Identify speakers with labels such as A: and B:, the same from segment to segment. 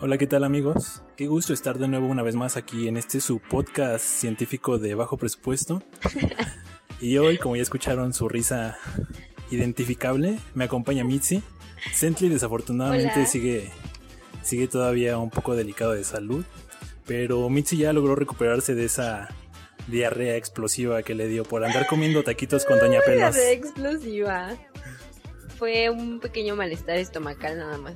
A: Hola, ¿qué tal amigos? Qué gusto estar de nuevo una vez más aquí en este su podcast científico de bajo presupuesto. y hoy, como ya escucharon su risa identificable, me acompaña Mitzi. Sentley desafortunadamente
B: Hola.
A: sigue sigue todavía un poco delicado de salud, pero Mitzi ya logró recuperarse de esa diarrea explosiva que le dio por andar comiendo taquitos con doña
B: Una
A: Pelas.
B: diarrea explosiva. Fue un pequeño malestar estomacal nada más.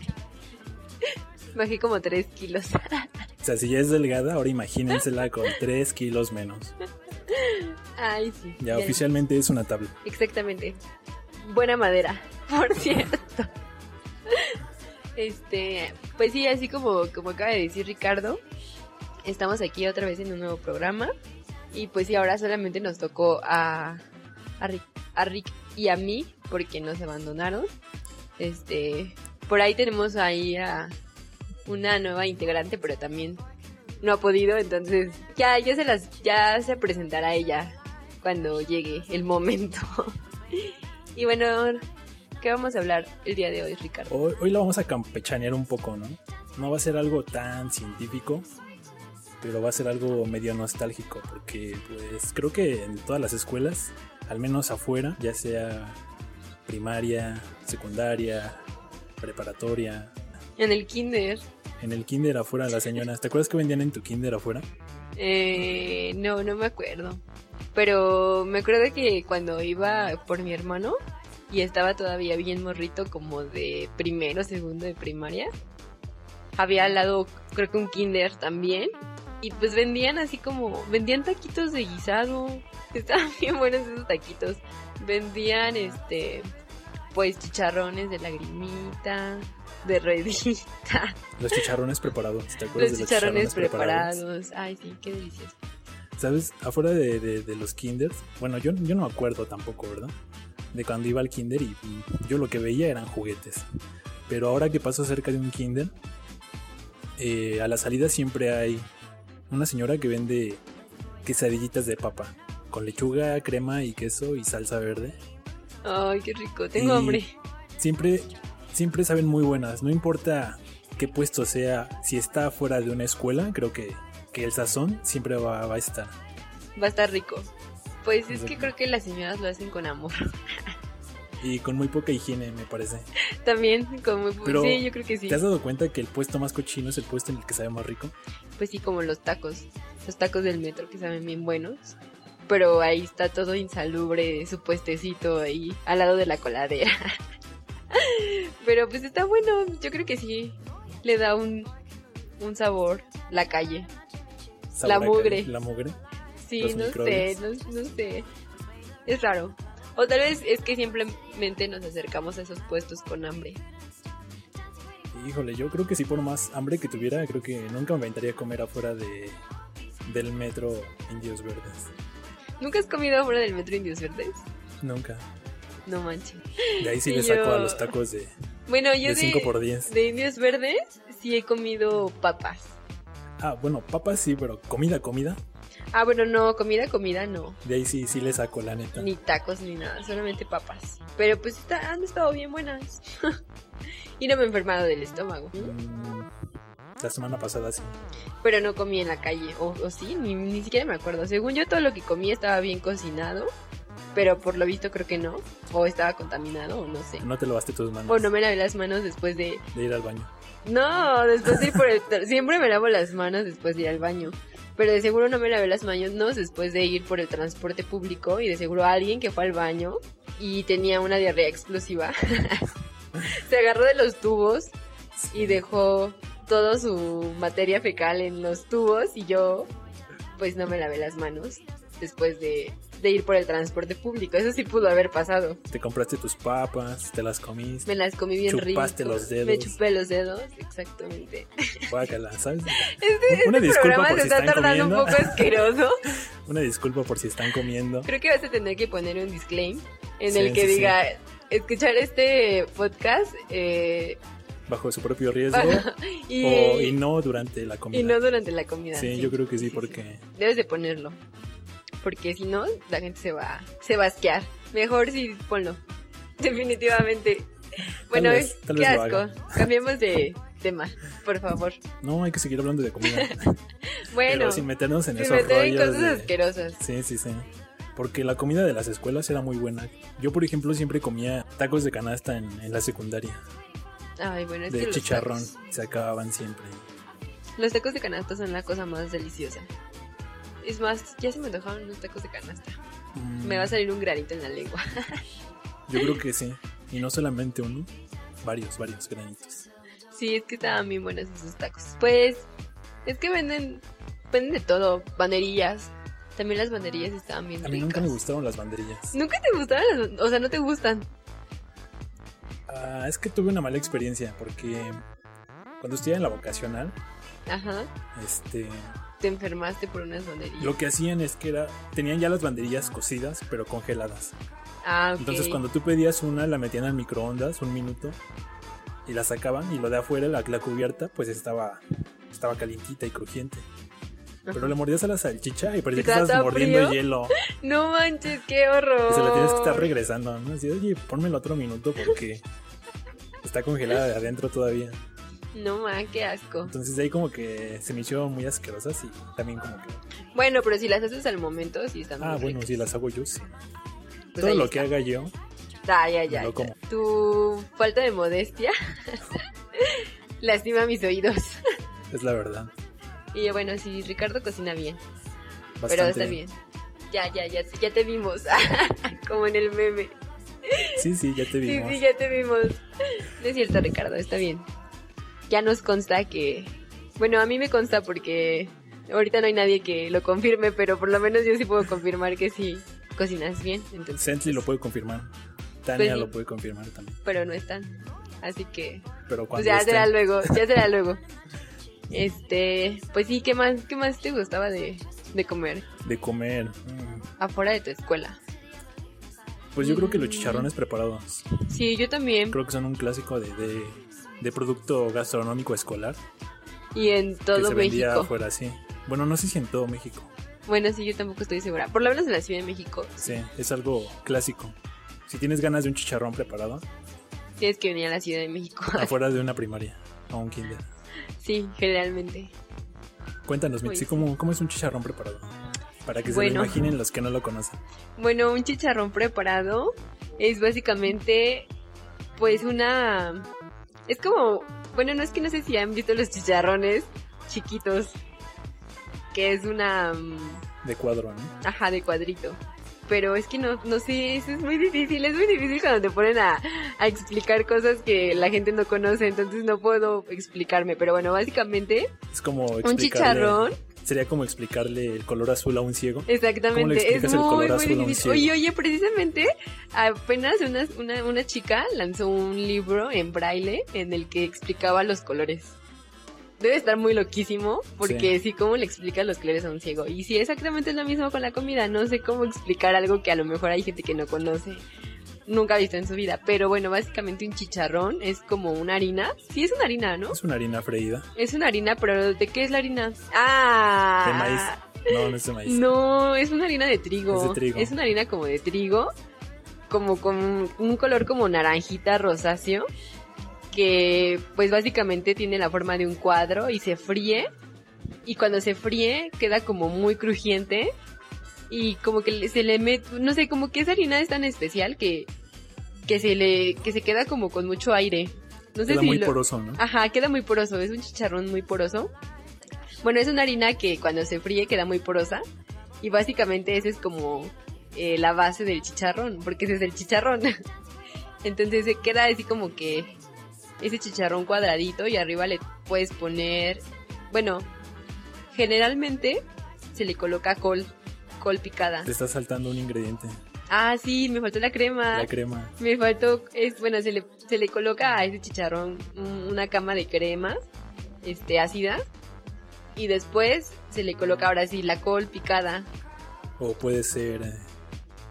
B: Bajé como 3 kilos.
A: O sea, si ya es delgada, ahora imagínensela con 3 kilos menos.
B: Ay, sí.
A: Ya
B: ya.
A: oficialmente es una tabla.
B: Exactamente. Buena madera, por cierto. Este, pues sí, así como, como acaba de decir Ricardo, estamos aquí otra vez en un nuevo programa. Y pues sí, ahora solamente nos tocó a, a, Rick, a Rick y a mí, porque nos abandonaron. Este, por ahí tenemos ahí a una nueva integrante, pero también no ha podido, entonces ya, ya se las, ya se presentará ella cuando llegue el momento. y bueno, ¿qué vamos a hablar el día de hoy, Ricardo?
A: Hoy, hoy la vamos a campechanear un poco, ¿no? No va a ser algo tan científico, pero va a ser algo medio nostálgico, porque pues creo que en todas las escuelas, al menos afuera, ya sea primaria, secundaria, preparatoria,
B: En el kinder.
A: en el kinder afuera las señoras, ¿te acuerdas que vendían en tu kinder afuera?
B: Eh, no, no me acuerdo. Pero me acuerdo que cuando iba por mi hermano y estaba todavía bien morrito, como de primero, segundo de primaria, había al lado, creo que un kinder también. Y pues vendían así como, vendían taquitos de guisado. Estaban bien buenos esos taquitos. Vendían este, pues chicharrones de lagrimita, de redita.
A: Los chicharrones preparados, ¿te acuerdas
B: Los
A: de los
B: chicharrones
A: preparados?
B: preparados. Ay, sí, qué delicioso.
A: ¿Sabes? Afuera de, de- de los kinders, bueno, yo, yo no me acuerdo tampoco, ¿verdad? De cuando iba al kinder y, y yo lo que veía eran juguetes. Pero ahora que paso cerca de un kinder, eh, a la salida siempre hay una señora que vende quesadillitas de papa. Con lechuga, crema y queso y salsa verde.
B: Ay, qué rico. Tengo
A: Y-
B: hambre.
A: Siempre, siempre saben muy buenas. No importa qué puesto sea, si está fuera de una escuela, creo que, que el sazón siempre va- va a estar.
B: Va a estar rico. Pues es
A: Ujú.
B: que creo que las señoras lo hacen con amor.
A: Y con muy poca higiene, me parece.
B: También, como.
A: Pero,
B: sí, yo creo que sí.
A: ¿Te has dado cuenta que el puesto más cochino es el puesto en el que sabe más rico?
B: Pues sí, como los tacos. Los tacos del metro que saben bien buenos. Pero ahí está todo insalubre, su puestecito ahí al lado de la coladera. Pero pues está bueno. Yo creo que sí. Le da un, un sabor la calle.
A: Sabor a
B: mugre.
A: calle, La mugre.
B: Sí,
A: Los
B: no sé,
A: microbios.
B: no, no sé. Es raro. O tal vez es que simplemente nos acercamos a esos puestos con hambre.
A: Híjole, yo creo que si por más hambre que tuviera, creo que nunca me aventaría a comer afuera de, del metro Indios Verdes.
B: ¿Nunca has comido fuera del metro Indios Verdes?
A: Nunca.
B: No manches.
A: De ahí sí
B: Y
A: le saco a
B: yo-
A: los tacos de,
B: Bueno, yo
A: de 5
B: de,
A: por 10
B: de Indios Verdes sí he comido papas.
A: Ah, bueno, papas sí, pero comida, comida.
B: Ah, bueno, no, comida, comida no.
A: De ahí sí, sí le saco, la neta.
B: Ni tacos ni nada, solamente papas. Pero pues está- han estado bien buenas. y no me he enfermado del estómago.
A: Mm, La semana pasada sí.
B: pero no comí en la calle, o, o sí, ni, ni siquiera me acuerdo. Según yo, todo lo que comí estaba bien cocinado, pero por lo visto creo que no, o estaba contaminado, o no sé.
A: No te lavaste tus manos
B: O no me lavé las manos después de...
A: de ir al baño.
B: No, después de ir por el... Siempre me lavo las manos después de ir al baño. Pero de seguro no me lavé las manos después de ir por el transporte público y de seguro alguien que fue al baño y tenía una diarrea explosiva. Se agarró de los tubos y dejó todo su materia fecal en los tubos y yo pues no me lavé las manos después de, de ir por el transporte público. Eso sí pudo haber pasado.
A: Te compraste tus papas, te las comiste.
B: Me las comí bien
A: Chupaste
B: rico.
A: los dedos.
B: Me chupé los dedos, exactamente.
A: Guácala, ¿sabes?
B: Este,
A: Una
B: este
A: disculpa
B: programa
A: por
B: se
A: si
B: está
A: están
B: tardando un
A: comiendo.
B: poco asqueroso.
A: Una disculpa por si están comiendo.
B: Creo que vas a tener que poner un disclaimer en
A: Sí,
B: el que
A: sí, sí.
B: diga... Escuchar este podcast eh,
A: bajo su propio riesgo
B: y,
A: o, y no durante la comida.
B: y no durante la comida.
A: sí,
B: sí.
A: yo creo que sí,
B: sí,
A: porque
B: Debes de ponerlo. Porque si no, la gente se va, se va a asquear. Mejor si ponlo. Definitivamente. Bueno,
A: vez-
B: es-
A: tal
B: qué
A: vez lo
B: asco. Cambiemos de tema, por favor.
A: No, hay que seguir hablando de comida.
B: Bueno,
A: pero sin meternos en
B: si
A: esos
B: me traen
A: rollos.
B: cosas
A: de-
B: asquerosas.
A: Sí, sí, sí. Porque la comida de las escuelas era muy buena. Yo, por ejemplo, siempre comía tacos de canasta en, en la secundaria.
B: Ay, bueno, es que
A: de
B: los
A: chicharrón.
B: tacos-
A: Se acababan siempre.
B: Los tacos de canasta son la cosa más deliciosa. Es más, ya se me antojaron unos tacos de canasta.
A: Mm,
B: Me va a salir un granito en la lengua.
A: Yo creo que sí. Y no solamente uno, varios, varios granitos.
B: Sí, es que estaban bien buenos esos tacos. Pues, es que venden, venden de todo. Banderillas. También las banderillas estaban bien
A: A mí nunca
B: ricas.
A: me gustaron las banderillas.
B: ¿Nunca te gustaron las... O sea, no te gustan.
A: Ah, es que tuve una mala experiencia porque cuando estuve en la vocacional,
B: Ajá.
A: este,
B: Te enfermaste por unas banderillas.
A: lo que hacían es que era, tenían ya las banderillas cocidas pero congeladas.
B: Ah, ok.
A: Entonces cuando tú pedías una la metían al microondas un minuto y la sacaban y lo de afuera, la, la cubierta, pues estaba, estaba calientita y crujiente. Pero le mordías a la salchicha y parecía
B: ¿Y
A: que
B: estaba
A: estabas
B: todo
A: mordiendo
B: frío?
A: hielo.
B: No manches, qué horror.
A: Y se la tienes que estar regresando, ¿no? Así, oye, pónmelo otro minuto porque está congelada de adentro todavía.
B: No man, qué asco.
A: Entonces de ahí como que se me hicieron muy asquerosas y también como que...
B: Bueno, pero si las haces al momento, sí están
A: Ah,
B: muy
A: bueno,
B: ricas.
A: si las hago yo, sí.
B: Pues
A: Todo
B: ahí
A: lo
B: está.
A: que haga yo,
B: Ah, ya, ya,
A: lo
B: ya.
A: como.
B: Tu falta de modestia lastima mis oídos.
A: es la verdad.
B: Y yo, bueno, sí, Ricardo cocina bien,
A: Bastante.
B: pero está bien. Ya, ya, ya, ya te vimos. Como en el meme.
A: Sí, sí, ya te
B: Sí,
A: vimos.
B: sí, ya te vimos. No es cierto, Ricardo, está bien. Ya nos consta que. Bueno, a mí me consta porque ahorita no hay nadie que lo confirme, pero por lo menos yo sí puedo confirmar que sí cocinas bien. Entonces,
A: Sentley lo puede confirmar. Tania
B: Pues sí.
A: lo puede confirmar también.
B: pero no están. Así que
A: Pero
B: Pues
A: cuando
B: ya
A: esté-
B: será luego, ya será luego. Este, pues sí, ¿qué más, qué más te gustaba de, de comer
A: de comer. mm,
B: afuera de tu escuela?
A: Pues yo creo que los
B: Mm.
A: chicharrones preparados.
B: Sí, yo también.
A: Creo que son un clásico de, de, de producto gastronómico escolar.
B: Y en
A: que
B: todo
A: se vendía
B: México.
A: afuera, sí. Bueno, no sé si en todo México.
B: Bueno, sí, yo tampoco estoy segura. Por lo menos en la Ciudad de México
A: Sí, es algo clásico. Si tienes ganas de un chicharrón preparado,
B: tienes que venir a la Ciudad de México.
A: afuera de una primaria o un kinder.
B: sí, generalmente.
A: Cuéntanos, Mitzi,
B: Uy.
A: ¿cómo, cómo es un chicharrón preparado? Para que se
B: Bueno.
A: lo imaginen los que no lo conocen.
B: Bueno, un chicharrón preparado es básicamente, pues una... Es como, bueno, no es que no sé si han visto los chicharrones chiquitos, que es una... mm,
A: De cuadro, ¿no?
B: Ajá, de cuadrito. Pero es que no, no sé, eso es muy difícil, es muy difícil cuando te ponen a, a explicar cosas que la gente no conoce, entonces no puedo explicarme. Pero bueno, básicamente,
A: Es como
B: un
A: explicarle-
B: chicharrón,
A: Sería como explicarle el color azul a un ciego. ¿Cómo le
B: exactamente,
A: explicas
B: es
A: el color
B: muy, muy
A: azul a un
B: difícil.
A: ciego?
B: Oye, oye, precisamente, apenas una, una, una chica lanzó un libro en braille en el que explicaba los colores. Debe estar muy loquísimo, porque sí, ¿cómo le explicas los colores a un ciego? Y sí, exactamente es lo mismo con la comida. No sé cómo explicar algo que a lo mejor hay gente que no conoce, nunca ha visto en su vida. Pero bueno, básicamente un chicharrón es como una harina. Sí, es una harina, ¿no?
A: Es una harina freída.
B: Es una harina, pero ¿de qué es la harina? Ah,
A: De maíz. No, no es de maíz.
B: no, es una harina de trigo.
A: Es de trigo.
B: una harina como de trigo, como con un color como naranjita rosáceo, que pues básicamente tiene la forma de un cuadro y se fríe. Y cuando se fríe queda como muy crujiente y como que le- se le mete, no sé, como que esa harina es tan especial que, que se le, que se queda como con mucho aire. No sé
A: Queda
B: si
A: muy
B: lo- Ah.
A: poroso, ¿no?
B: Ajá, queda muy poroso, es un chicharrón muy poroso. Bueno, es una harina que cuando se fríe queda muy porosa y básicamente esa es como eh, la base del chicharrón, porque ese es el chicharrón. Entonces se queda así como que ese chicharrón cuadradito y arriba le puedes poner, bueno, generalmente se le coloca col, col picada.
A: Te está saltando un ingrediente.
B: Ah, sí, me faltó la crema.
A: La crema.
B: Me faltó, es bueno, se le, se le coloca a ese chicharrón un- una cama de crema, este, ácida, y después se le coloca ahora sí la col picada.
A: O puede ser. eh,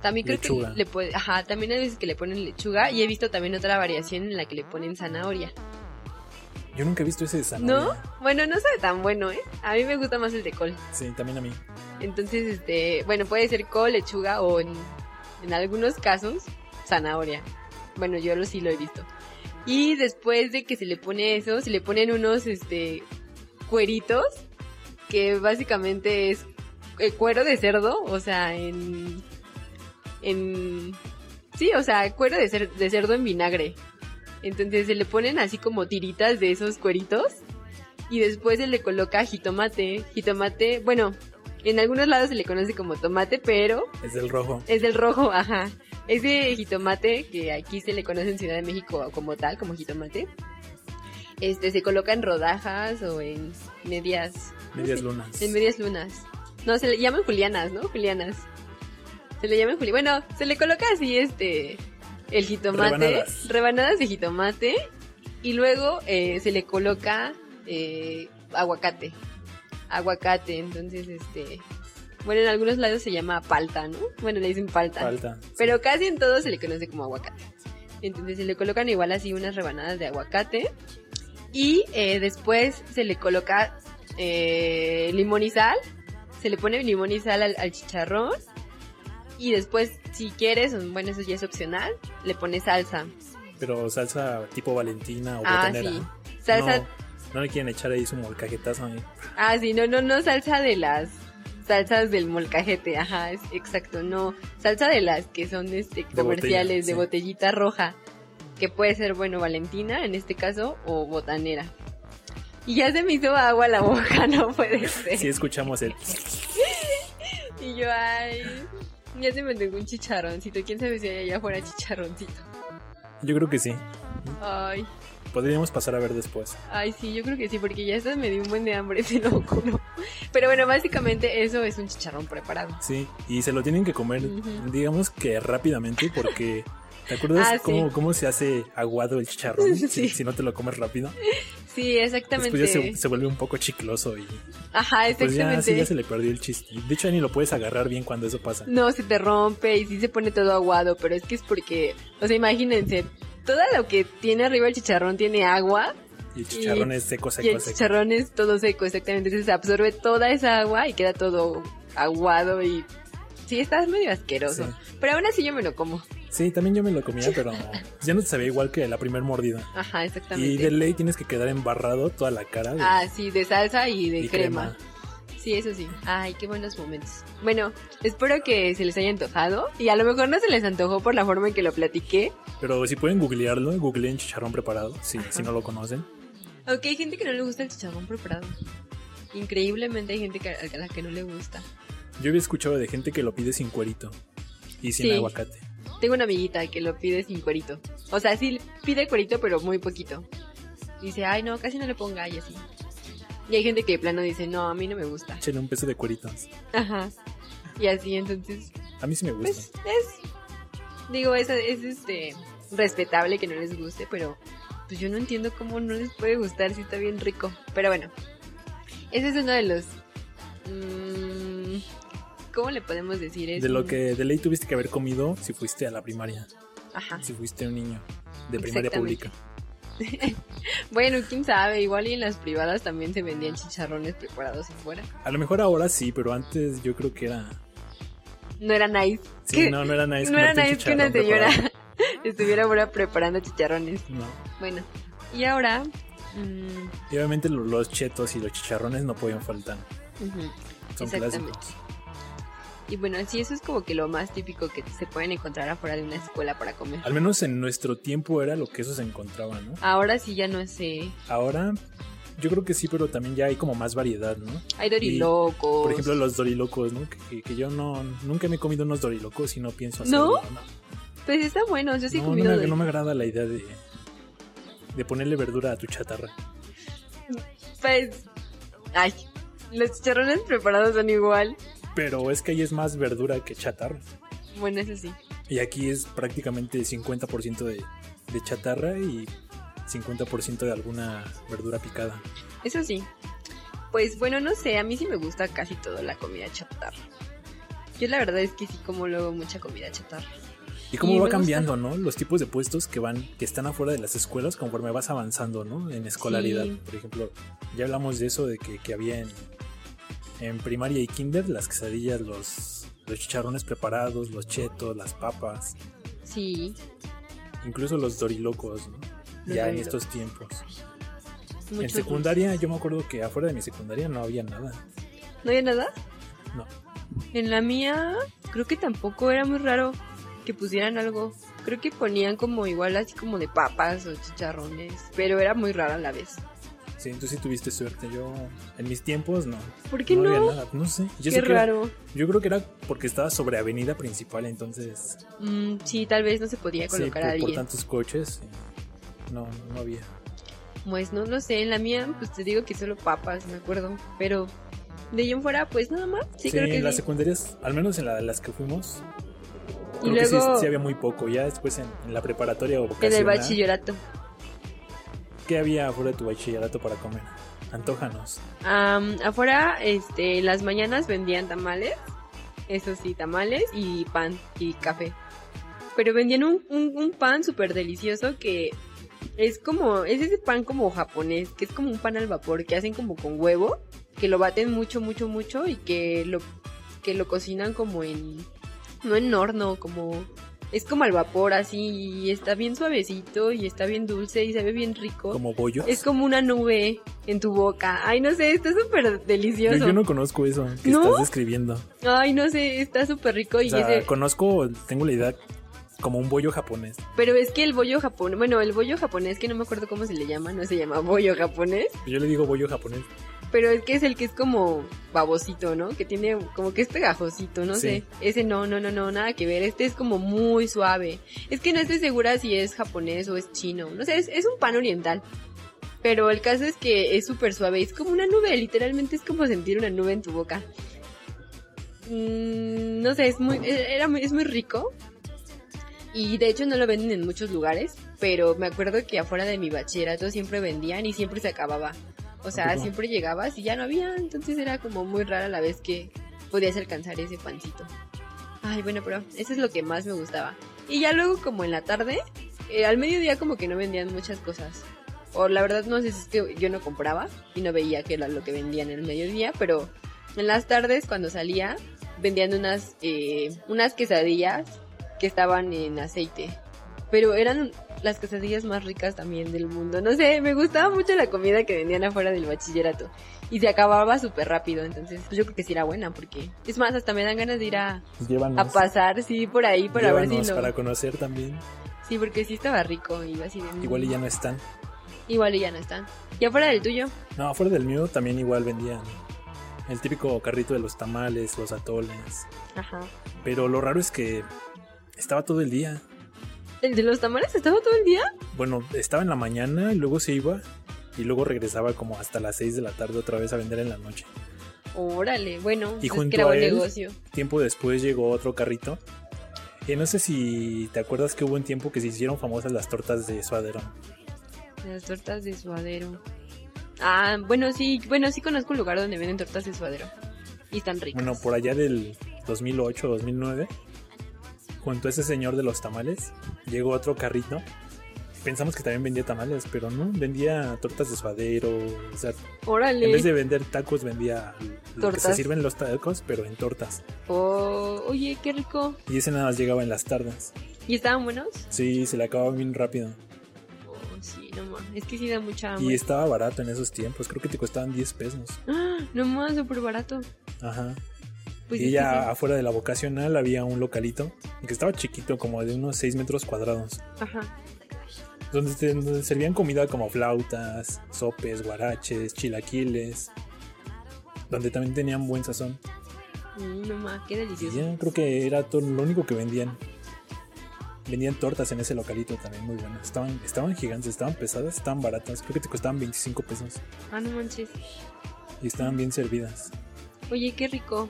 B: También creo
A: Lechuga.
B: que le puede, ajá, también hay veces que le ponen lechuga y he visto también otra variación en la que le ponen zanahoria.
A: Yo nunca he visto ese de
B: ¿No?
A: zanahoria.
B: Bueno, no sabe tan bueno, ¿eh? A mí me gusta más el de col.
A: Sí, también a mí.
B: Entonces, este, bueno, puede ser col, lechuga o en, en algunos casos zanahoria. Bueno, yo lo sí lo he visto. Y después de que se le pone eso, se le ponen unos este cueritos, que básicamente es eh, cuero de cerdo, o sea, en. en sí, o sea, cuero de, cer- de cerdo en vinagre. Entonces se le ponen así como tiritas de esos cueritos. Y después se le coloca jitomate. Jitomate, bueno, en algunos lados se le conoce como tomate, pero
A: Es del rojo.
B: es del rojo, ajá. Ese jitomate que aquí se le conoce en Ciudad de México como tal, como jitomate. Este se coloca en rodajas o en medias,
A: Medias lunas.
B: en medias lunas. No, se le llaman julianas, ¿no? Julianas. Se le llaman julianas. Bueno, se le coloca así este el jitomate,
A: Rebanadas.
B: rebanadas de jitomate y luego eh, se le coloca eh, aguacate. Aguacate, entonces este bueno, en algunos lados se llama palta, ¿no? Bueno, le dicen palta.
A: Falta.
B: Pero casi en todo se le conoce como aguacate. Entonces se le colocan igual así unas rebanadas de aguacate. Y eh, después se le coloca eh, limón y sal. Se le pone limón y sal al, al chicharrón. Y después, si quieres, bueno, eso ya es opcional, le pones salsa.
A: Pero salsa tipo Valentina o
B: Ah,
A: botanera.
B: sí. Salsa,
A: No, no le quieren echar ahí su molcajetazo ¿eh? a mí.
B: ah, sí, no, no, no, salsa de las salsas del molcajete, ajá, es exacto, no, salsa de las que son este
A: botella,
B: comerciales de
A: sí.
B: botellita roja, que puede ser bueno Valentina en este caso o botanera. Y ya se me hizo agua la boca, no puede ser.
A: Sí, escuchamos el.
B: Y yo ay, ya se me tengo un chicharroncito, quién sabe si hay allá afuera chicharroncito.
A: Yo creo que sí.
B: Ay,
A: Podríamos pasar a ver después.
B: ay sí, yo creo que sí, porque ya hasta me dio un buen de hambre, te lo juro. Pero bueno, básicamente eso es un chicharrón preparado.
A: Sí. Y se lo tienen que comer,
B: Ujú.
A: digamos que rápidamente, porque. ¿Te acuerdas
B: Ah, sí.
A: cómo, cómo se hace aguado el chicharrón?
B: Sí.
A: Si, si no te lo comes rápido.
B: Sí, exactamente.
A: Después ya se, se vuelve un poco chicloso y
B: Ajá,
A: pues ya,
B: exactamente. Mm,
A: sí, ya se le perdió el chiste. De hecho, ya ni lo puedes agarrar bien cuando eso pasa.
B: No, se te rompe y sí se pone todo aguado, pero es que es porque, o sea, imagínense, todo lo que tiene arriba el chicharrón tiene agua
A: Y el chicharrón es seco,
B: y
A: seco,
B: el
A: seco.
B: chicharrón es todo seco, exactamente. Entonces se absorbe toda esa agua y queda todo aguado y sí, está medio asqueroso. Pero aún así yo me lo como.
A: Sí, también yo me lo comía, pero ya no te sabía igual que la primer mordida.
B: Ajá,
A: Y
B: exactamente.
A: de ley tienes que quedar embarrado toda la cara de,
B: Ah, sí, de salsa y de
A: y
B: crema. Sí, eso sí. Ay, qué buenos momentos. Bueno, espero que se les haya antojado y a lo mejor no se les antojó por la forma en que lo platiqué,
A: Pero si pueden googlearlo, googleen chicharrón preparado, si, si no lo conocen.
B: Ok, hay gente que no le gusta el chicharrón preparado. Increíblemente hay gente que, a la que no le gusta.
A: Yo había escuchado de gente que lo pide sin cuerito y sin
B: Sí.
A: aguacate.
B: Tengo una amiguita que lo pide sin cuerito. O sea, sí pide cuerito, pero muy poquito. Dice, ay, no, casi no le ponga y así. Y hay gente que de plano dice, no, a mí no me gusta.
A: Échenle un peso de cueritos.
B: Ajá. Y así, entonces,
A: A mí sí me gusta.
B: pues es. Digo, es, es este. Respetable que no les guste, pero pues yo no entiendo cómo no les puede gustar si está bien rico. Pero bueno, ese es uno de los. mm, ¿Cómo le podemos decir eso?
A: de lo que de ley tuviste que haber comido si fuiste a la primaria,
B: Ajá.
A: si fuiste un niño de primaria
B: Exactamente.
A: pública.
B: Bueno, quién sabe, igual y en las privadas también se vendían chicharrones preparados afuera.
A: A lo mejor ahora sí, pero antes yo creo que era.
B: No era nice.
A: Sí,
B: que-
A: no, no era nice.
B: no era
A: comerte un
B: nice que una
A: chicharrón
B: señora
A: preparado.
B: estuviera ahora preparando chicharrones.
A: No.
B: Bueno, y ahora. mm,
A: Y obviamente lo- los chetos y los chicharrones no podían faltar.
B: ujú.
A: Son
B: Exactamente.
A: clásicos.
B: Y bueno, sí, eso es como que lo más típico que se pueden encontrar afuera de una escuela para comer.
A: Al menos en nuestro tiempo era lo que eso se encontraba, ¿no?
B: Ahora sí ya no sé.
A: Ahora yo creo que sí, pero también ya hay como más variedad, ¿no?
B: Hay dorilocos.
A: Por ejemplo, los dorilocos, ¿no? Que, que- que yo no nunca me he comido unos dorilocos y no pienso
B: ¿No?
A: hacerlo. No,
B: Pues está bueno, yo sí he
A: No, no
B: comido
A: me,
B: de-
A: no me agrada la idea de, de ponerle verdura a tu chatarra.
B: Pues. Ay, los chicharrones preparados son igual.
A: Pero es que ahí es más verdura que chatarra.
B: Bueno, eso sí.
A: Y aquí es prácticamente 50% de, de chatarra y 50% de alguna verdura picada.
B: Eso sí. Pues bueno, no sé, a mí sí me gusta casi toda la comida chatarra. Yo la verdad es que sí como luego mucha comida chatarra.
A: Y cómo
B: Y
A: va
B: me
A: cambiando, ¿no? Los tipos de puestos que van, que están afuera de las escuelas conforme vas avanzando, ¿no? En escolaridad.
B: Sí.
A: Por ejemplo, ya hablamos de eso, de que, que había en, en primaria y kinder las quesadillas, los, los chicharrones preparados, los chetos, las papas,
B: Sí.
A: incluso los dorilocos, ¿no?
B: De
A: ya en
B: reloj.
A: estos tiempos.
B: Mucho
A: en
B: dulce.
A: secundaria, yo me acuerdo que afuera de mi secundaria no había nada.
B: ¿No había nada?
A: No.
B: En la mía, creo que tampoco era muy raro que pusieran algo. Creo que ponían como igual así como de papas o chicharrones, pero era muy raro a la vez.
A: Sí, tú sí tuviste suerte. Yo, en mis tiempos, no.
B: ¿Por qué
A: había
B: no?
A: nada. No sé. Yo
B: Qué
A: sé que era-
B: raro.
A: yo creo que era porque estaba sobre avenida principal, entonces.
B: Mm, sí, tal vez no se podía
A: Sí, por,
B: colocar a
A: por
B: alguien.
A: tantos coches. sí. No, no había.
B: Pues no lo sé, en la mía, pues te digo que solo papas, me acuerdo. Pero de ahí en fuera, pues nada más. Sí, creo que
A: en las
B: sí.
A: secundarias, al menos en la- las que fuimos, creo que sí-
B: luego-
A: sí, había muy poco. Ya después en, en la preparatoria o
B: En el
A: vocacional,
B: bachillerato.
A: ¿qué había afuera de tu bachillerato para comer? Antójanos.
B: Am, afuera, este, en las mañanas vendían tamales, eso sí, tamales y pan y café. Pero vendían un, un- un pan súper delicioso que es como, es ese pan como japonés, que es como un pan al vapor, que hacen como con huevo, que lo baten mucho, mucho, mucho y que lo, que lo cocinan como en, no en horno, como, es como al vapor así, y está bien suavecito y está bien dulce y sabe bien rico.
A: ¿Como bollos?
B: Oh, Es como una nube en tu boca. Ay, no sé, está súper
A: Yo,
B: delicioso.
A: yo no conozco eso que
B: ¿No?
A: estás describiendo.
B: Ay, no sé, está súper rico. Y
A: o sea,
B: ese-
A: conozco, tengo la idea como un bollo japonés.
B: Pero es que el bollo japonés, bueno, el bollo japonés, que no me acuerdo cómo se le llama, no se llama bollo japonés,
A: Yo le digo bollo japonés.
B: pero es que es el que es como babosito, ¿no? Que tiene como que es pegajosito, no
A: Sí.
B: sé. Ese no, no, no, no, nada que ver. Este es como muy suave. Es que no estoy segura si es japonés o es chino. No sé, es, es un pan oriental. Pero el caso es que es súper suave. Es como una nube, literalmente es como sentir una nube en tu boca. Mm, no sé, es muy, e- era, muy- es muy rico. Y de hecho no lo venden en muchos lugares, pero me acuerdo que afuera de mi bachillerato siempre vendían y siempre se acababa. O
A: ¿A
B: sea,
A: poco?
B: siempre llegabas y ya no había, entonces era como muy rara la vez que podías alcanzar ese pancito. Ay, bueno, pero eso es lo que más me gustaba. Y ya luego como en la tarde, eh, al mediodía como que no vendían muchas cosas. O la verdad no sé si es que yo no compraba y no veía que era lo que vendían en el mediodía, pero en las tardes cuando salía vendían unas, eh, unas quesadillas que estaban en aceite. Pero eran las quesadillas más ricas también del mundo. No sé, me gustaba mucho la comida que vendían afuera del bachillerato. Y se acababa súper rápido, entonces pues, yo creo que sí era buena porque... Es más, hasta me dan ganas de ir a,
A: Llévanos.
B: a pasar, sí, por ahí, para ver si
A: llévanos
B: lo...
A: para conocer también.
B: Sí, porque sí estaba rico y yo así de... "Mm,
A: Igual y ya no están.
B: Igual y ya no están. Y afuera del tuyo,
A: No, afuera del mío también igual vendían el típico carrito de los tamales, los atoles.
B: ajá.
A: Pero lo raro es que estaba todo el día.
B: ¿El de los tamales estaba todo el día?
A: Bueno, estaba en la mañana y luego se iba y luego regresaba como hasta las 6 de la tarde otra vez a vender en la noche.
B: Órale, bueno,
A: Y
B: pues
A: junto
B: que era
A: a
B: buen
A: él-
B: negocio.
A: Tiempo después llegó otro carrito. Y no sé si te acuerdas que hubo un tiempo que se hicieron famosas las tortas de suadero.
B: Las tortas de suadero. Ah, bueno, sí, bueno, sí conozco un lugar donde venden tortas de suadero. Y están ricas.
A: Bueno, pues, por allá del 2008, 2009, junto a ese señor de los tamales, llegó otro carrito. Pensamos que también vendía tamales, pero no, vendía tortas de suadero. O sea, en
B: Órale.
A: vez de vender tacos, vendía lo que se
B: Tortas.
A: sirven los tacos, pero en tortas.
B: Oh, oye, qué rico.
A: Y ese nada más llegaba en las tardes.
B: ¿Y estaban buenos?
A: Sí, se le acababa bien rápido.
B: Oh, sí, no más. Es que sí da mucha
A: y
B: hambre.
A: estaba barato en esos tiempos, creo que te costaban 10 pesos.
B: ¡Ah! No más, súper barato.
A: Ajá.
B: Pues es
A: y
B: que
A: ya afuera de la vocacional había un localito que estaba chiquito, como de unos 6 metros cuadrados.
B: sí. Ajá.
A: donde, te- donde servían comida como flautas, sopes, guaraches, chilaquiles, donde también tenían buen sazón.
B: Mm, no más, qué
A: Y
B: delicioso.
A: ya creo que era todo lo único que vendían. Vendían tortas en ese localito también muy buenas. Estaban, estaban gigantes, estaban pesadas, estaban baratas. Creo que te costaban 25 pesos
B: Ah, no manches.
A: y estaban bien servidas.
B: Oye, qué rico.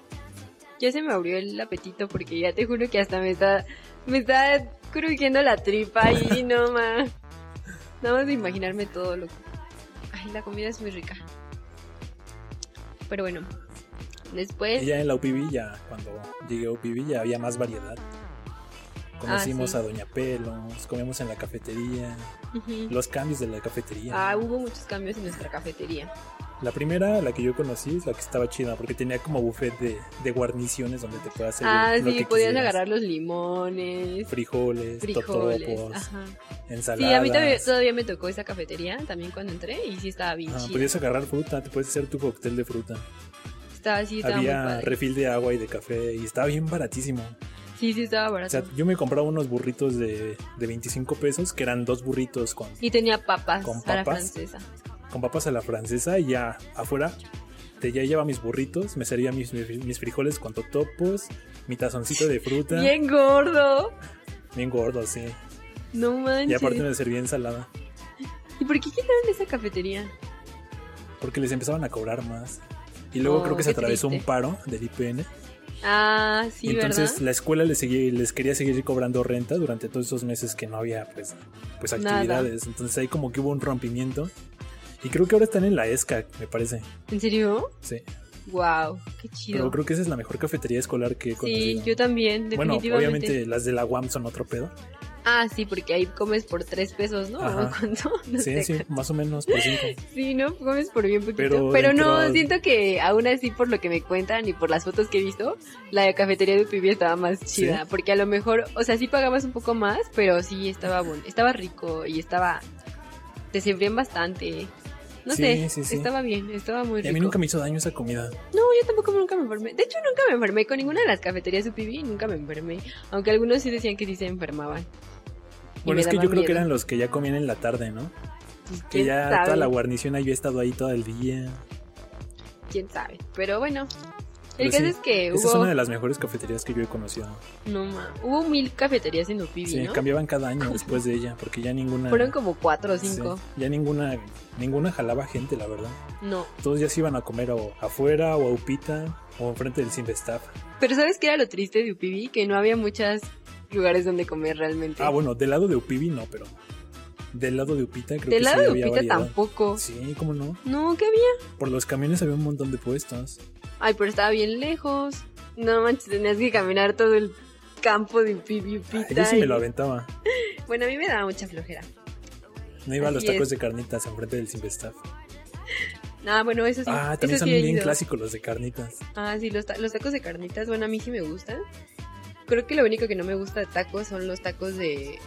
B: Ya se me abrió el apetito porque ya te juro que hasta me está, me está crujiendo la tripa y no más. Nada más de imaginarme todo lo Ay, la comida es muy rica. Pero bueno, después
A: Y ya en la UPB, ya cuando llegué a UPB, ya había más variedad. Conocimos
B: sí.
A: a Doña Pelos, comimos en la cafetería,
B: ujú.
A: los cambios de la cafetería.
B: Ah, hubo muchos cambios en nuestra cafetería.
A: La primera, la que yo conocí, es la que estaba chida, porque tenía como buffet de, de guarniciones donde te puedas servir
B: ah,
A: lo
B: sí,
A: que
B: podías
A: quisieras.
B: agarrar los limones,
A: frijoles,
B: frijoles,
A: totopos,
B: ajá.
A: ensaladas.
B: Sí, a mí todavía, todavía me tocó esa cafetería también cuando entré y sí estaba bien
A: Ah,
B: chida.
A: podías agarrar fruta, te puedes hacer tu cóctel de fruta.
B: Estaba así, estaba muy
A: Había
B: padre.
A: refil de agua y de café y estaba bien baratísimo.
B: Sí, sí, estaba
A: O
B: barato.
A: sea, yo me compraba unos burritos de, de 25 pesos, que eran dos burritos con,
B: y tenía papas,
A: ¿Con
B: a la
A: papas?
B: francesa.
A: con papas a la francesa y ya afuera te ya llevaba mis burritos, me servía mis, mis, mis frijoles con totopos, mi tazoncito de fruta, bien,
B: Bien gordo.
A: gordo, sí.
B: No manches.
A: Y aparte me servía ensalada,
B: ¿Y por qué quitaron esa cafetería?
A: porque les empezaban a cobrar más. Y luego
B: Oh,
A: creo que se
B: qué
A: atravesó un
B: triste.
A: paro del IPN.
B: Ah, sí,
A: y entonces
B: ¿verdad?
A: la escuela les, seguía- les quería seguir cobrando renta durante todos esos meses que no había pues, pues
B: Nada.
A: actividades. Entonces ahí como que hubo un rompimiento. Y creo que ahora están en la ESCA, me parece.
B: ¿En serio?
A: Sí.
B: Wow, qué
A: Pero
B: chido.
A: creo que esa es la mejor cafetería escolar que he
B: Sí,
A: conocido.
B: yo también,
A: Bueno,
B: definitivamente.
A: obviamente las de la UAM son otro pedo.
B: Ah, sí, porque ahí comes por tres pesos, ¿no?
A: Ajá.
B: ¿Cuánto? No
A: Sí,
B: sé.
A: sí, más o menos por cinco.
B: Sí, ¿no? Comes por bien poquito.
A: Pero
B: Pero,
A: dentro
B: no,
A: al-
B: siento que aún así, por lo que me cuentan y por las fotos que he visto, la cafetería de Upibi estaba más chida. Porque a lo mejor, o sea, sí pagabas un poco más, pero sí estaba bon estaba rico y estaba... Te servían bastante. No
A: Sí,
B: sé,
A: sí, sí.
B: estaba bien, estaba muy
A: Y
B: rico.
A: a mí nunca me hizo daño esa comida.
B: No, yo tampoco nunca me enfermé. De hecho, nunca me enfermé con ninguna de las cafeterías UPB, nunca me enfermé. Aunque algunos sí decían que sí se enfermaban. Y
A: Bueno,
B: me
A: es que yo
B: daba
A: creo que
B: miedo.
A: eran los que ya comían en la tarde, ¿no?
B: Pues,
A: Que
B: ¿quién
A: ya
B: sabe?
A: toda la guarnición había estado ahí todo el día.
B: quién sabe. Pero bueno,
A: Pero
B: el caso
A: sí,
B: es que
A: Esa es
B: hubo,
A: una de las mejores cafeterías que yo he conocido.
B: no ma- hubo mil cafeterías en Upibi,
A: Sí,
B: ¿no?
A: cambiaban cada año después de ella, porque ya ninguna...
B: Fueron como cuatro o
A: sí,
B: cinco.
A: ya ninguna ninguna jalaba gente, la verdad.
B: No.
A: Todos ya se iban a comer o afuera o a Upita o enfrente del Simvestaff.
B: Pero ¿sabes qué era lo triste de Upibi? Que no había muchos lugares donde comer realmente.
A: Ah, bueno, del lado de Upibi no, pero del lado de Upita creo que
B: Del lado
A: sí
B: de
A: había
B: Upita
A: variedad.
B: tampoco.
A: Sí, ¿cómo no?
B: No, ¿qué había?
A: Por los camiones había un montón de puestos.
B: Ay, pero estaba bien lejos. No manches, tenías que caminar todo el campo de Upibi,
A: Ay,
B: Upita.
A: yo sí
B: y-
A: me lo aventaba.
B: Bueno, a mí me daba mucha flojera.
A: No iba a los
B: Así
A: tacos
B: es.
A: de carnitas enfrente del Simvestaff.
B: Ah, bueno, eso sí.
A: Ah,
B: eso
A: también son
B: sí he
A: bien
B: ido.
A: clásicos los de carnitas.
B: Ah, sí, los, ta- los tacos de carnitas, bueno, a mí sí me gustan. Creo que lo único que no me gusta de tacos son los tacos de,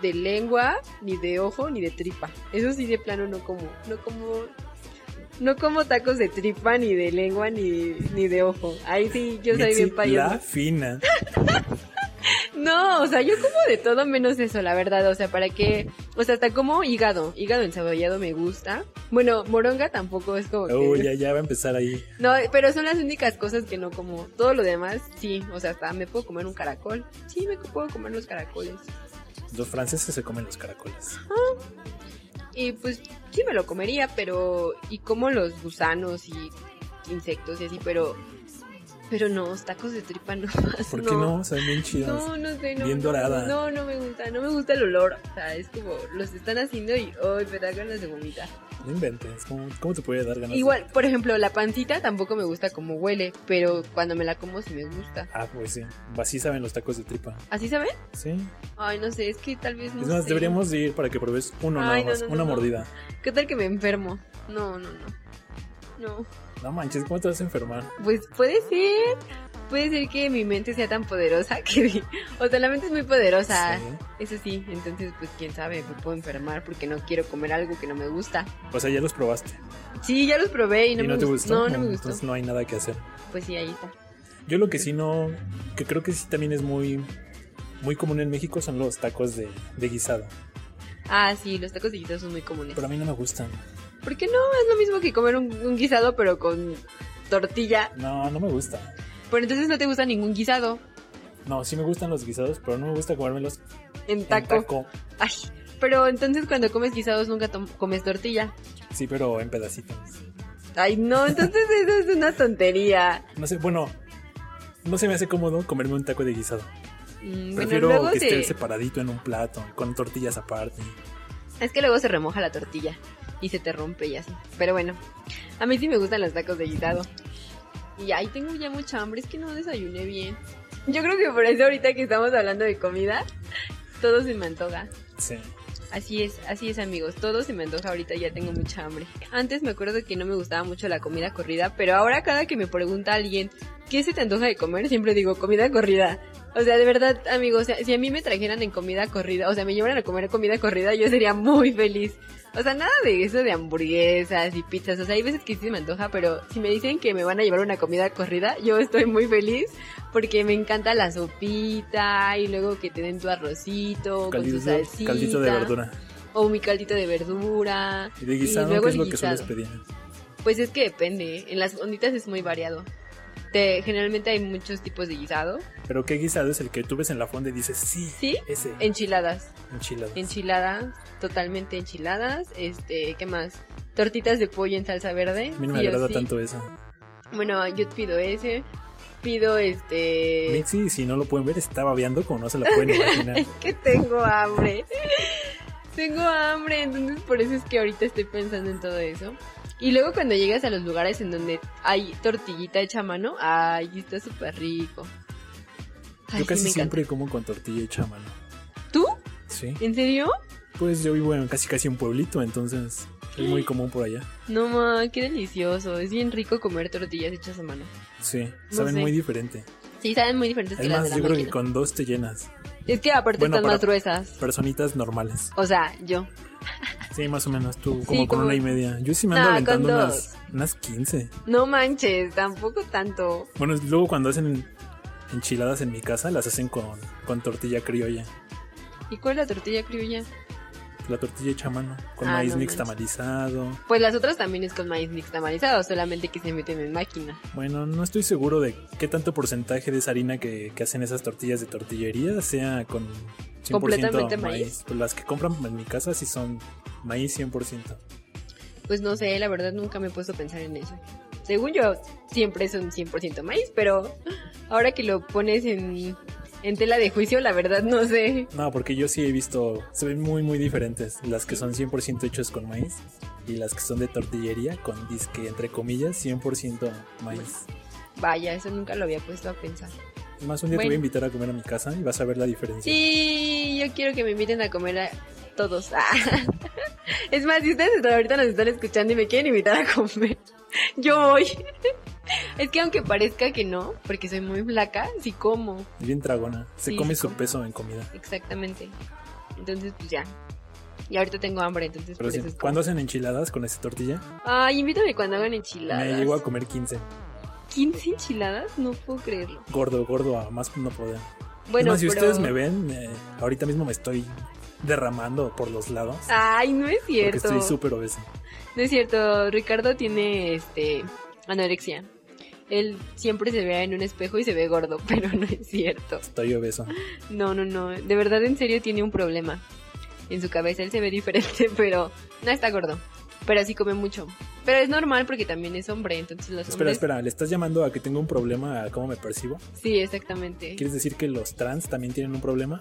B: de lengua, ni de ojo, ni de tripa. Eso sí, de plano no como, no como, no como tacos de tripa, ni de lengua, ni, ni de ojo. Ahí sí, yo soy
A: Mitzi,
B: bien payaso.
A: La fina.
B: No, o sea, yo como de todo menos eso, la verdad. O sea, ¿para qué? O sea, hasta como hígado. Hígado encebollado me gusta. Bueno, moronga tampoco es como que...
A: Uy, ya, ya va a empezar ahí.
B: No, pero son las únicas cosas que no como. Todo lo demás, sí. O sea, hasta me puedo comer un caracol. Sí, me puedo comer los caracoles.
A: Los franceses se comen los caracoles.
B: Y pues sí me lo comería, pero... Y como los gusanos y insectos y así, pero... Pero no, los tacos de tripa no más.
A: ¿Por qué no? Saben bien chidos.
B: No, no sé, no.
A: Bien
B: no,
A: dorada.
B: No, no me gusta, no me gusta el olor. O sea, es como, los están haciendo y, hoy me da ganas de vomitar.
A: No inventes. ¿Cómo, cómo te puede dar ganas? de-
B: Igual, por ejemplo, la pancita tampoco me gusta como huele, pero cuando me la como sí me gusta.
A: Ah, pues sí. Así saben los tacos de tripa.
B: ¿Así sabe?
A: Sí.
B: Ay, no sé, es que tal vez no
A: es más,
B: sé.
A: deberíamos de ir para que pruebes uno
B: Ay,
A: nada
B: no,
A: más.
B: no, no,
A: una
B: no.
A: mordida.
B: ¿Qué tal que me enfermo? No, no, no. No.
A: No manches, ¿cómo te vas a enfermar?
B: Pues puede ser. Puede ser que mi mente sea tan poderosa que... O sea, la mente es muy poderosa.
A: Sí.
B: Eso sí, entonces pues quién sabe, me puedo enfermar porque no quiero comer algo que no me gusta.
A: O sea, ya los probaste.
B: Sí, ya los probé y
A: ¿Y
B: no,
A: no,
B: me
A: te
B: gustó.
A: gustó?
B: No, no me gustó.
A: Entonces no hay nada que hacer.
B: Pues sí, ahí está.
A: Yo lo que sí no, que creo que sí también es muy, muy común en México son los tacos de, de guisado.
B: Ah, sí, los tacos de guisado son muy comunes.
A: Pero a mí no me gustan.
B: ¿Por qué no? Es lo mismo que comer un, un guisado pero con tortilla.
A: No, no me gusta.
B: Pero entonces no te gusta ningún guisado
A: No, sí me gustan los guisados, pero no me gusta comérmelos
B: en
A: en
B: taco.
A: taco.
B: Ay, pero entonces cuando comes guisados nunca tom- comes tortilla.
A: Sí, pero en pedacitos.
B: Ay, no, entonces eso es una tontería.
A: No sé, bueno, no se me hace cómodo comerme un taco de guisado.
B: Mm, Bueno,
A: Prefiero
B: luego
A: que
B: se-
A: esté separadito en un plato, con tortillas aparte.
B: es que luego se remoja la tortilla y se te rompe y así. Pero bueno, a mí sí me gustan los tacos de guisado. Y ahí tengo ya mucha hambre, es que no desayuné bien. Yo creo que por eso ahorita que estamos hablando de comida, todo se me antoja.
A: Sí.
B: Así es, así es amigos, todo se me antoja ahorita, ya tengo mucha hambre. Antes me acuerdo que no me gustaba mucho la comida corrida, pero ahora cada que me pregunta alguien, ¿qué se te antoja de comer? Siempre digo, comida corrida. O sea, de verdad, amigos, o sea, si a mí me trajeran en comida corrida, o sea, me llevaran a comer comida corrida, yo sería muy feliz. O sea, nada de eso de hamburguesas y pizzas. O sea, hay veces que sí me antoja, pero si me dicen que me van a llevar una comida corrida, yo estoy muy feliz porque me encanta la sopita y luego que te den tu arrocito
A: Caldito,
B: con tu salsita.
A: caldito de verdura.
B: O mi caldito de verdura.
A: Y de guisado,
B: luego
A: ¿qué es
B: el
A: lo que sueles
B: guisado.
A: pedir?
B: Pues es que depende. ¿eh? En las onditas es muy variado. Te, generalmente hay muchos tipos de guisado.
A: Pero qué guisado es el que tú ves en la fonda y dices, sí,
B: Sí,
A: ese,
B: Enchiladas.
A: enchilado.
B: Enchiladas, totalmente enchiladas. Este, ¿qué más? Tortitas de pollo en salsa verde.
A: A mí no me
B: sí o
A: agrada
B: sí.
A: tanto eso.
B: Bueno, yo pido ese. Pido este.
A: Mixi, si no lo pueden ver, está babeando como no se la pueden imaginar.
B: Que tengo hambre. tengo hambre, entonces por eso es que ahorita estoy pensando en todo eso. Y luego cuando llegas a los lugares en donde hay tortillita hecha a mano, ay, está súper rico.
A: Yo casi
B: Ay, sí, me encanta.
A: siempre como con tortilla hecha a mano.
B: ¿Tú?
A: Sí.
B: ¿En serio?
A: Pues yo vivo en casi casi un pueblito, entonces es muy común por allá.
B: No, ma, qué delicioso. Es bien rico comer tortillas hechas a mano.
A: Sí, saben
B: sé.
A: muy diferente.
B: Sí, saben muy diferentes que las
A: Además,
B: de la
A: yo creo que
B: máquina.
A: con dos te llenas.
B: Es que aparte
A: Bueno,
B: están
A: para-
B: más gruesas.
A: Personitas normales.
B: O sea, yo.
A: Sí, más o menos tú, como con
B: como-
A: una y media. Yo sí me ando
B: No,
A: aventando
B: con
A: unas, unas 15.
B: No manches, tampoco tanto.
A: Bueno, luego cuando hacen enchiladas en mi casa, las hacen con, con tortilla criolla.
B: ¿Y cuál es la tortilla criolla?
A: La tortilla hecha a mano, con
B: Ah,
A: maíz
B: no
A: nixtamalizado.
B: Pues las otras también es con maíz nixtamalizado, solamente que se meten en máquina.
A: Bueno, no estoy seguro de qué tanto porcentaje de esa harina que, que hacen esas tortillas de tortillería sea con 100%
B: Completamente maíz.
A: maíz. Pues las que compran en mi casa sí son maíz 100%.
B: Pues no sé, la verdad nunca me he puesto a pensar en eso. Según yo, siempre es un 100% maíz, pero ahora que lo pones en, en tela de juicio, la verdad no sé.
A: No, porque yo sí he visto, se ven muy muy diferentes las que son 100% hechas con maíz y las que son de tortillería con disque entre comillas 100% maíz.
B: Vaya, eso nunca lo había puesto a pensar.
A: Es Más un día te
B: Bueno.
A: voy a invitar a comer a mi casa y vas a ver la diferencia.
B: Sí, yo quiero que me inviten a comer a todos. Ah. Es más, si ustedes ahorita nos están escuchando y me quieren invitar a comer, yo voy. Es que aunque parezca que no, porque soy muy flaca, sí como,
A: Es Bien tragona, se
B: Sí,
A: come
B: sí,
A: su
B: como.
A: peso en comida.
B: exactamente. Entonces, pues ya. Y ahorita tengo hambre, entonces
A: Pero
B: por
A: sí,
B: eso es como-
A: cuando hacen enchiladas con esa tortilla,
B: Ay, invítame cuando hagan enchiladas.
A: me llego a comer 15.
B: 15 enchiladas, no puedo creerlo.
A: Gordo, gordo, a más no poder.
B: Bueno,
A: es más, si
B: pero-
A: ustedes me ven, eh, ahorita mismo me estoy derramando por los lados.
B: Ay, no es
A: porque
B: Ah, cierto.
A: estoy súper obeso.
B: No es cierto, Ricardo tiene este anorexia. Él siempre se ve en un espejo y se ve gordo, pero no es cierto.
A: Estoy obeso.
B: No, no, no. De verdad, en serio, tiene un problema. En su cabeza él se ve diferente, pero no está gordo. Pero sí come mucho. Pero es normal porque también es hombre, entonces los
A: Espera,
B: hombres...
A: espera, ¿le estás llamando a que tengo un problema a cómo me percibo?
B: Sí, exactamente.
A: ¿Quieres decir que los trans también tienen un problema?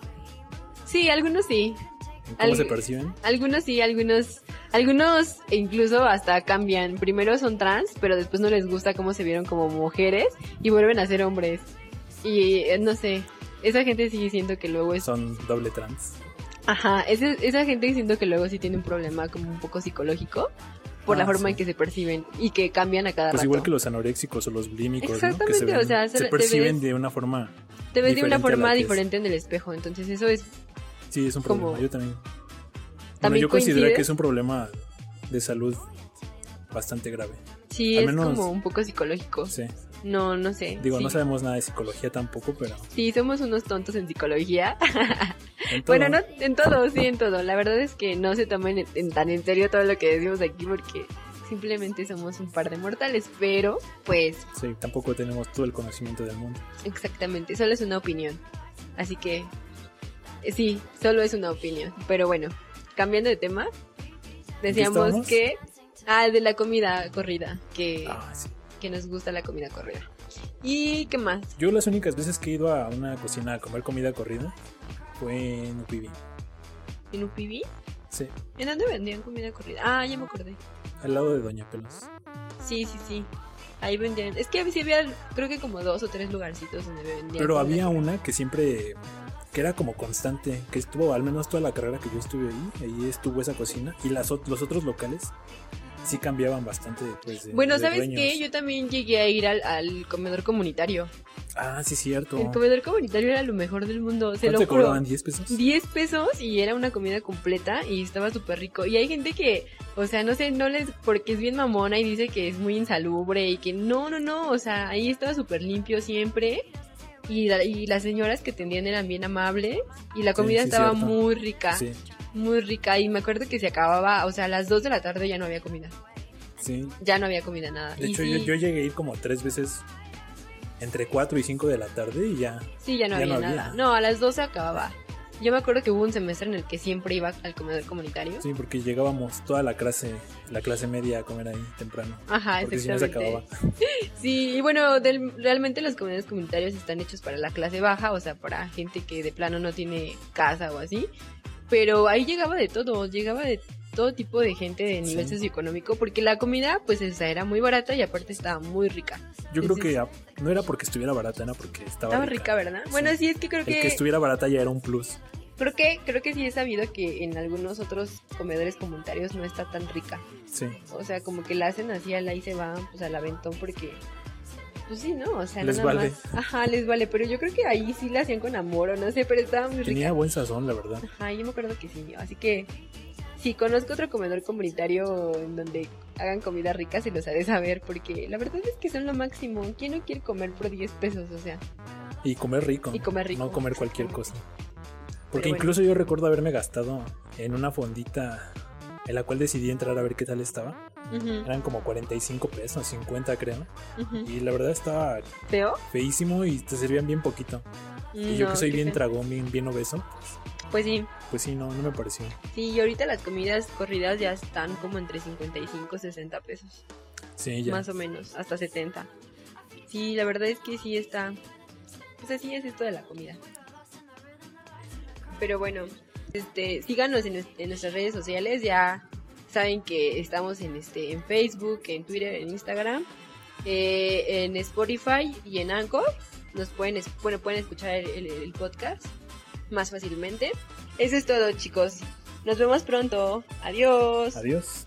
B: Sí, algunos sí.
A: ¿En ¿Cómo
B: Algo-
A: se perciben?
B: Algunos sí, algunos... Algunos e incluso hasta cambian. Primero son trans, pero después no les gusta cómo se vieron como mujeres y vuelven a ser hombres. Y eh, no sé, esa gente sigue siento que luego es...
A: Son doble trans.
B: Ajá, ese- esa gente siento que luego sí tiene un problema como un poco psicológico por la
A: Ah,
B: forma
A: sí.
B: en que se perciben y que cambian a cada
A: Pues
B: rato.
A: igual que los anoréxicos o los bulímicos, ¿no? Que se,
B: Ah, Exactamente, o sea,
A: se
B: se- te
A: perciben
B: ves-
A: de una forma...
B: Te ves de
A: diferente
B: una
A: a la
B: forma
A: que es.
B: diferente en el espejo, entonces eso es...
A: Sí, es un
B: Como-
A: problema, yo también. Bueno,
B: ¿También
A: yo considero
B: coincide?
A: que es un problema de salud bastante grave.
B: Sí,
A: Al
B: es
A: menos-
B: como un poco psicológico.
A: Sí.
B: No, no sé.
A: Digo,
B: sí.
A: no sabemos nada de psicología tampoco, pero...
B: Sí, somos unos tontos en psicología.
A: en todo-
B: Bueno, no, en todo, sí, en todo. La verdad es que no se tomen en- en tan en serio todo lo que decimos aquí porque simplemente somos un par de mortales, pero pues
A: Sí, tampoco tenemos todo el conocimiento del mundo.
B: exactamente, solo es una opinión. Así que eh, sí, solo es una opinión. Pero bueno, cambiando de tema, decíamos
A: estábamos?
B: que... Ah, de la comida corrida, que,
A: Ah, sí.
B: que nos gusta la comida corrida. ¿Y qué más?
A: Yo las únicas veces que he ido a una cocina a comer comida corrida fue en Upibi.
B: ¿En UPB?
A: Sí,
B: ¿En dónde vendían comida corrida? Ah, ya me acordé.
A: al lado de Doña Pelos.
B: Sí, sí, sí. Ahí vendían. Es que sí había, creo que como dos o tres lugarcitos donde vendían.
A: Pero
B: comida.
A: había una que siempre, que era como constante, que estuvo al menos toda la carrera que yo estuve ahí, ahí estuvo esa cocina y las, ot- los otros locales sí cambiaban bastante. Pues, de-
B: Bueno,
A: de
B: ¿sabes
A: dueños.
B: qué? Yo también llegué a ir al, al comedor comunitario.
A: Ah, sí, cierto.
B: El comedor comunitario era lo mejor del mundo, se
A: ¿Cuánto
B: lo
A: te
B: juro.
A: cobraban? ¿10 pesos?
B: 10 pesos y era una comida completa y estaba súper rico. Y hay gente que, o sea, no sé, no les, porque es bien mamona y dice que es muy insalubre y que no, no, no, o sea, ahí estaba súper limpio siempre. Y, la- y las señoras que atendían eran bien amables y la
A: Sí,
B: comida
A: sí,
B: estaba
A: cierto.
B: muy rica,
A: Sí,
B: muy rica. Y me acuerdo que se acababa, o sea, a las 2 de la tarde ya no había comida,
A: sí.
B: ya no había comida nada.
A: De
B: Y
A: hecho,
B: sí,
A: yo, yo llegué a ir como tres veces entre 4 y 5 de la tarde y ya.
B: Sí, ya no
A: Ya
B: había
A: no había.
B: nada. No, a las 12 acababa. Yo me acuerdo que hubo un semestre en el que siempre iba al comedor comunitario.
A: Sí, porque llegábamos toda la clase, la clase media a comer ahí temprano.
B: Ajá,
A: Porque si no se
B: Ah, exactamente.
A: acababa.
B: sí, y bueno, del- realmente los comedores comunitarios están hechos para la clase baja, o sea, para gente que de plano no tiene casa o así. Pero ahí llegaba de todo, llegaba de todo tipo de gente de nivel
A: Sí.
B: socioeconómico, porque la comida, pues, esa era muy barata y aparte estaba muy rica.
A: Yo
B: Sí,
A: creo
B: sí,
A: que a- no era porque estuviera barata, era porque estaba,
B: Estaba rica, ¿verdad? Bueno, sí, es que creo
A: El que
B: que
A: estuviera barata ya era un plus.
B: creo que creo que sí he sabido que en algunos otros comedores comunitarios no está tan rica.
A: Sí.
B: O sea, como que la hacen así, al ahí se van, pues al aventón, porque. Pues sí, ¿no? O sea,
A: Les
B: nada
A: vale.
B: más. Ajá, les vale. Pero yo creo que ahí sí la hacían con amor, o no sé, pero estaba muy
A: Tenía
B: rica.
A: buen sazón, la verdad.
B: Ajá, yo me acuerdo que sí. Así que. Si conozco otro comedor comunitario en donde hagan comida rica, se los haré saber, porque la verdad es que son lo máximo. ¿Quién no quiere comer por 10 pesos? O sea,
A: Y comer rico.
B: Y comer rico.
A: No comer cualquier cosa. Porque
B: bueno.
A: incluso yo recuerdo haberme gastado en una fondita en la cual decidí entrar a ver qué tal estaba.
B: ujú,
A: Eran como 45 pesos, 50 creo.
B: ujú.
A: Y la verdad estaba
B: ¿feo?
A: feísimo y te servían bien poquito. y yo
B: No,
A: que soy
B: qué
A: bien
B: feo.
A: tragón, bien, bien obeso,
B: Pues sí,
A: pues sí, no, no me pareció.
B: sí, y ahorita las comidas corridas ya están como entre 55 y 60 pesos.
A: Sí, ya.
B: más o menos, hasta 70. Sí, la verdad es que sí está. Pues así es esto de la comida. Pero bueno, este, síganos en, nues- en nuestras redes sociales. Ya saben que estamos en este, en Facebook, en Twitter, en Instagram, eh, en Spotify y en Anchor. Nos pueden, es- bueno, pueden escuchar el, el- el podcast más fácilmente. Eso es todo, chicos. Nos vemos pronto. Adiós.
A: Adiós.